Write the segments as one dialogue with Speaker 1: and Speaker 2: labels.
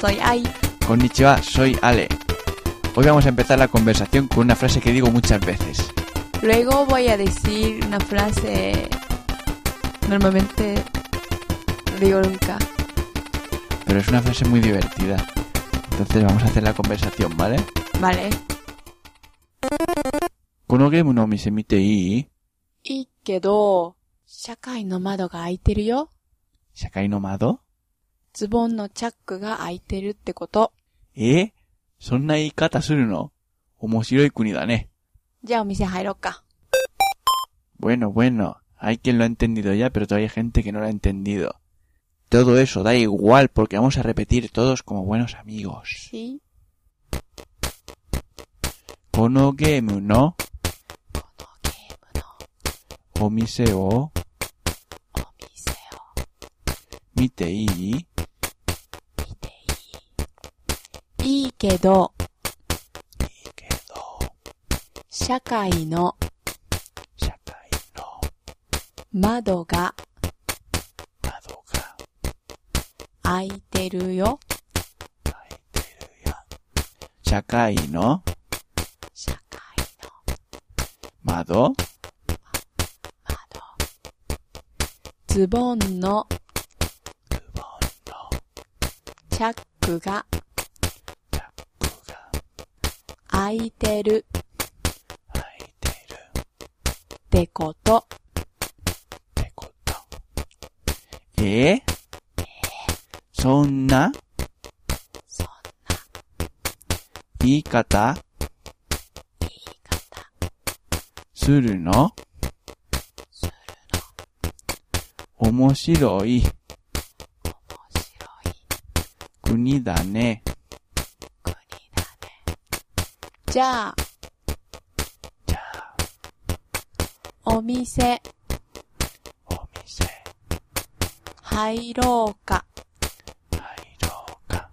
Speaker 1: soy Ai.
Speaker 2: Konnichiwa, soy Ale. Hoy vamos a empezar la conversación con una frase que digo muchas veces.
Speaker 1: Luego voy a decir una frase. Normalmente digo nunca.
Speaker 2: Pero es una frase muy divertida. Entonces vamos a hacer la conversación, ¿vale?
Speaker 1: Vale.
Speaker 2: このゲームのお店見ていい
Speaker 1: いいけど、社会の窓が開いてるよ。
Speaker 2: 社会の窓
Speaker 1: ズボンのチャックが開いてるってこと。
Speaker 2: えそんな言い方するの面白い国だね。
Speaker 1: じゃあお店入ろうか。
Speaker 2: Bueno, bueno. Hay quien lo ha entendido ya, pero todavía hay gente que no lo ha entendido. Todo eso da igual porque vamos a repetir todos como buenos amigos.
Speaker 1: し、
Speaker 2: このゲームの
Speaker 1: このゲームの
Speaker 2: お店を
Speaker 1: お店を
Speaker 2: 見ていい
Speaker 1: 見ていい。いいけど、
Speaker 2: いいけど、
Speaker 1: 社会の
Speaker 2: 社会の
Speaker 1: 窓が
Speaker 2: 窓が
Speaker 1: 開いてるよ。
Speaker 2: 開いてるや。社会の
Speaker 1: 社会の
Speaker 2: 窓
Speaker 1: 窓。ズボンの
Speaker 2: ズボンの
Speaker 1: チャックが
Speaker 2: チャックが
Speaker 1: 開いてる
Speaker 2: 開いてる
Speaker 1: ってこと。
Speaker 2: ってこと。ええそんな
Speaker 1: そんな
Speaker 2: 言い方
Speaker 1: 言い方
Speaker 2: するの
Speaker 1: する
Speaker 2: 面
Speaker 1: の面
Speaker 2: 白い
Speaker 1: 白い
Speaker 2: 国だね。
Speaker 1: 国だね。じゃあ、
Speaker 2: じゃあ、
Speaker 1: お店
Speaker 2: お店
Speaker 1: 入ろうか。
Speaker 2: 入ろうか。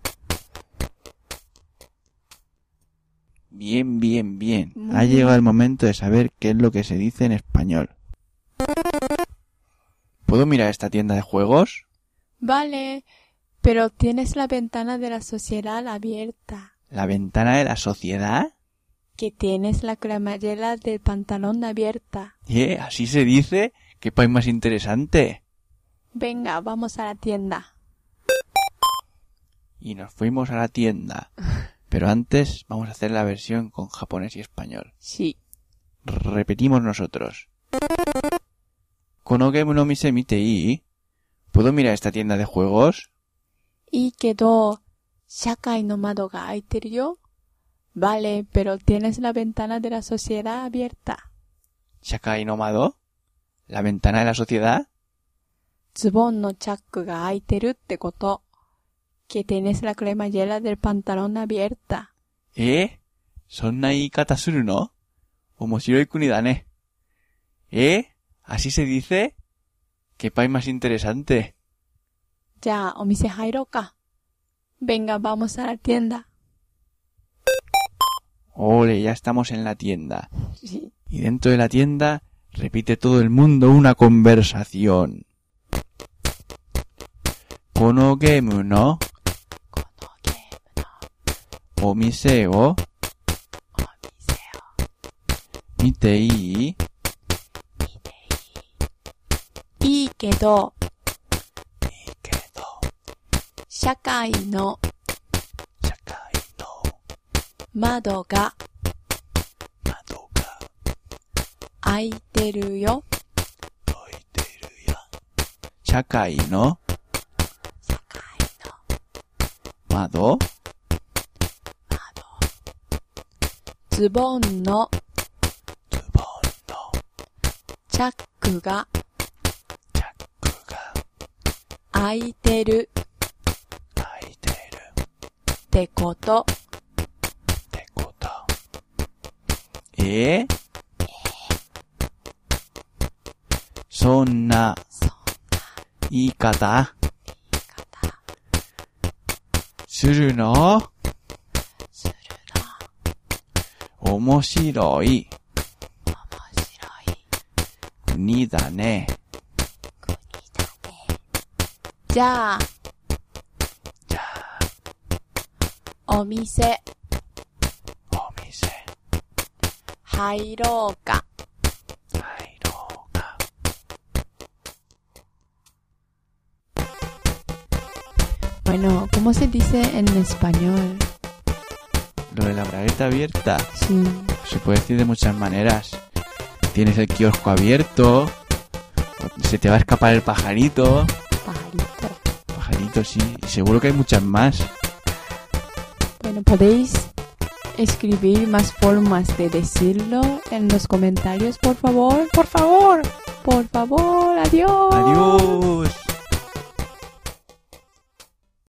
Speaker 2: Bien, bien, bien.
Speaker 1: Muy
Speaker 2: Ha
Speaker 1: bien.
Speaker 2: llegado el momento de saber qué es lo que se dice en español. ¿Puedo mirar esta tienda de juegos?
Speaker 1: Vale, pero tienes la ventana de la sociedad abierta.
Speaker 2: ¿La ventana de la sociedad?
Speaker 1: Que tienes la cremallera del pantalón abierta.
Speaker 2: ¿Eh? ¿Así se dice? ¿Qué país más interesante?
Speaker 1: Venga, vamos a la tienda.
Speaker 2: y nos fuimos a la tienda. Pero antes vamos a hacer la versión con japonés y español.
Speaker 1: Sí.
Speaker 2: Repetimos nosotros. Kono game no mise mite i. ¿Puedo mirar esta tienda de juegos?
Speaker 1: いいけど、社会の窓が開いてるよ。Vale, pero tienes la ventana de la sociedad abierta.
Speaker 2: Shakai nomado. ¿La ventana de la sociedad?
Speaker 1: ズボンのチャックが開いてるってこと。Que tienes la cremallera del pantalón abierta.
Speaker 2: ¿Eh? ¿Sonna y katasuru no? Omoshiroi kuni da ne. ¿Eh? ¿Así se dice? ¿Qué país más interesante?
Speaker 1: じゃあ、お店入ろうか。Venga, vamos a la tienda.
Speaker 2: Ole, ya estamos en la tienda. Y dentro de la tienda repite todo el mundo una conversación. Kono game no
Speaker 1: このゲームの
Speaker 2: omise o
Speaker 1: お店を
Speaker 2: mite ii.
Speaker 1: 見ていい。いいけど、社会の窓が開いてるよ。
Speaker 2: Shakai no
Speaker 1: 社会の
Speaker 2: mado
Speaker 1: 窓。ズボンのチャックが開いてるってこと。
Speaker 2: えそんな
Speaker 1: そんな
Speaker 2: 言い方
Speaker 1: 言い方
Speaker 2: するの
Speaker 1: するの
Speaker 2: 面白
Speaker 1: 面
Speaker 2: い
Speaker 1: 白い。
Speaker 2: 国だね。
Speaker 1: じゃあ、
Speaker 2: じゃあ、
Speaker 1: お店、
Speaker 2: お店、
Speaker 1: 入ろうか。
Speaker 2: 入ろうか。
Speaker 1: Bueno, ¿cómo se dice en español?
Speaker 2: Lo de la bragueta abierta
Speaker 1: Sí.
Speaker 2: se puede decir de muchas maneras. Tienes el kiosco abierto, se te va a escapar el pajarito.
Speaker 1: Pajarito.
Speaker 2: Pajarito, sí, y seguro que hay muchas más.
Speaker 1: Bueno, podéis escribir más formas de decirlo en los comentarios, por favor. Por favor. Por favor, adiós.
Speaker 2: Adiós.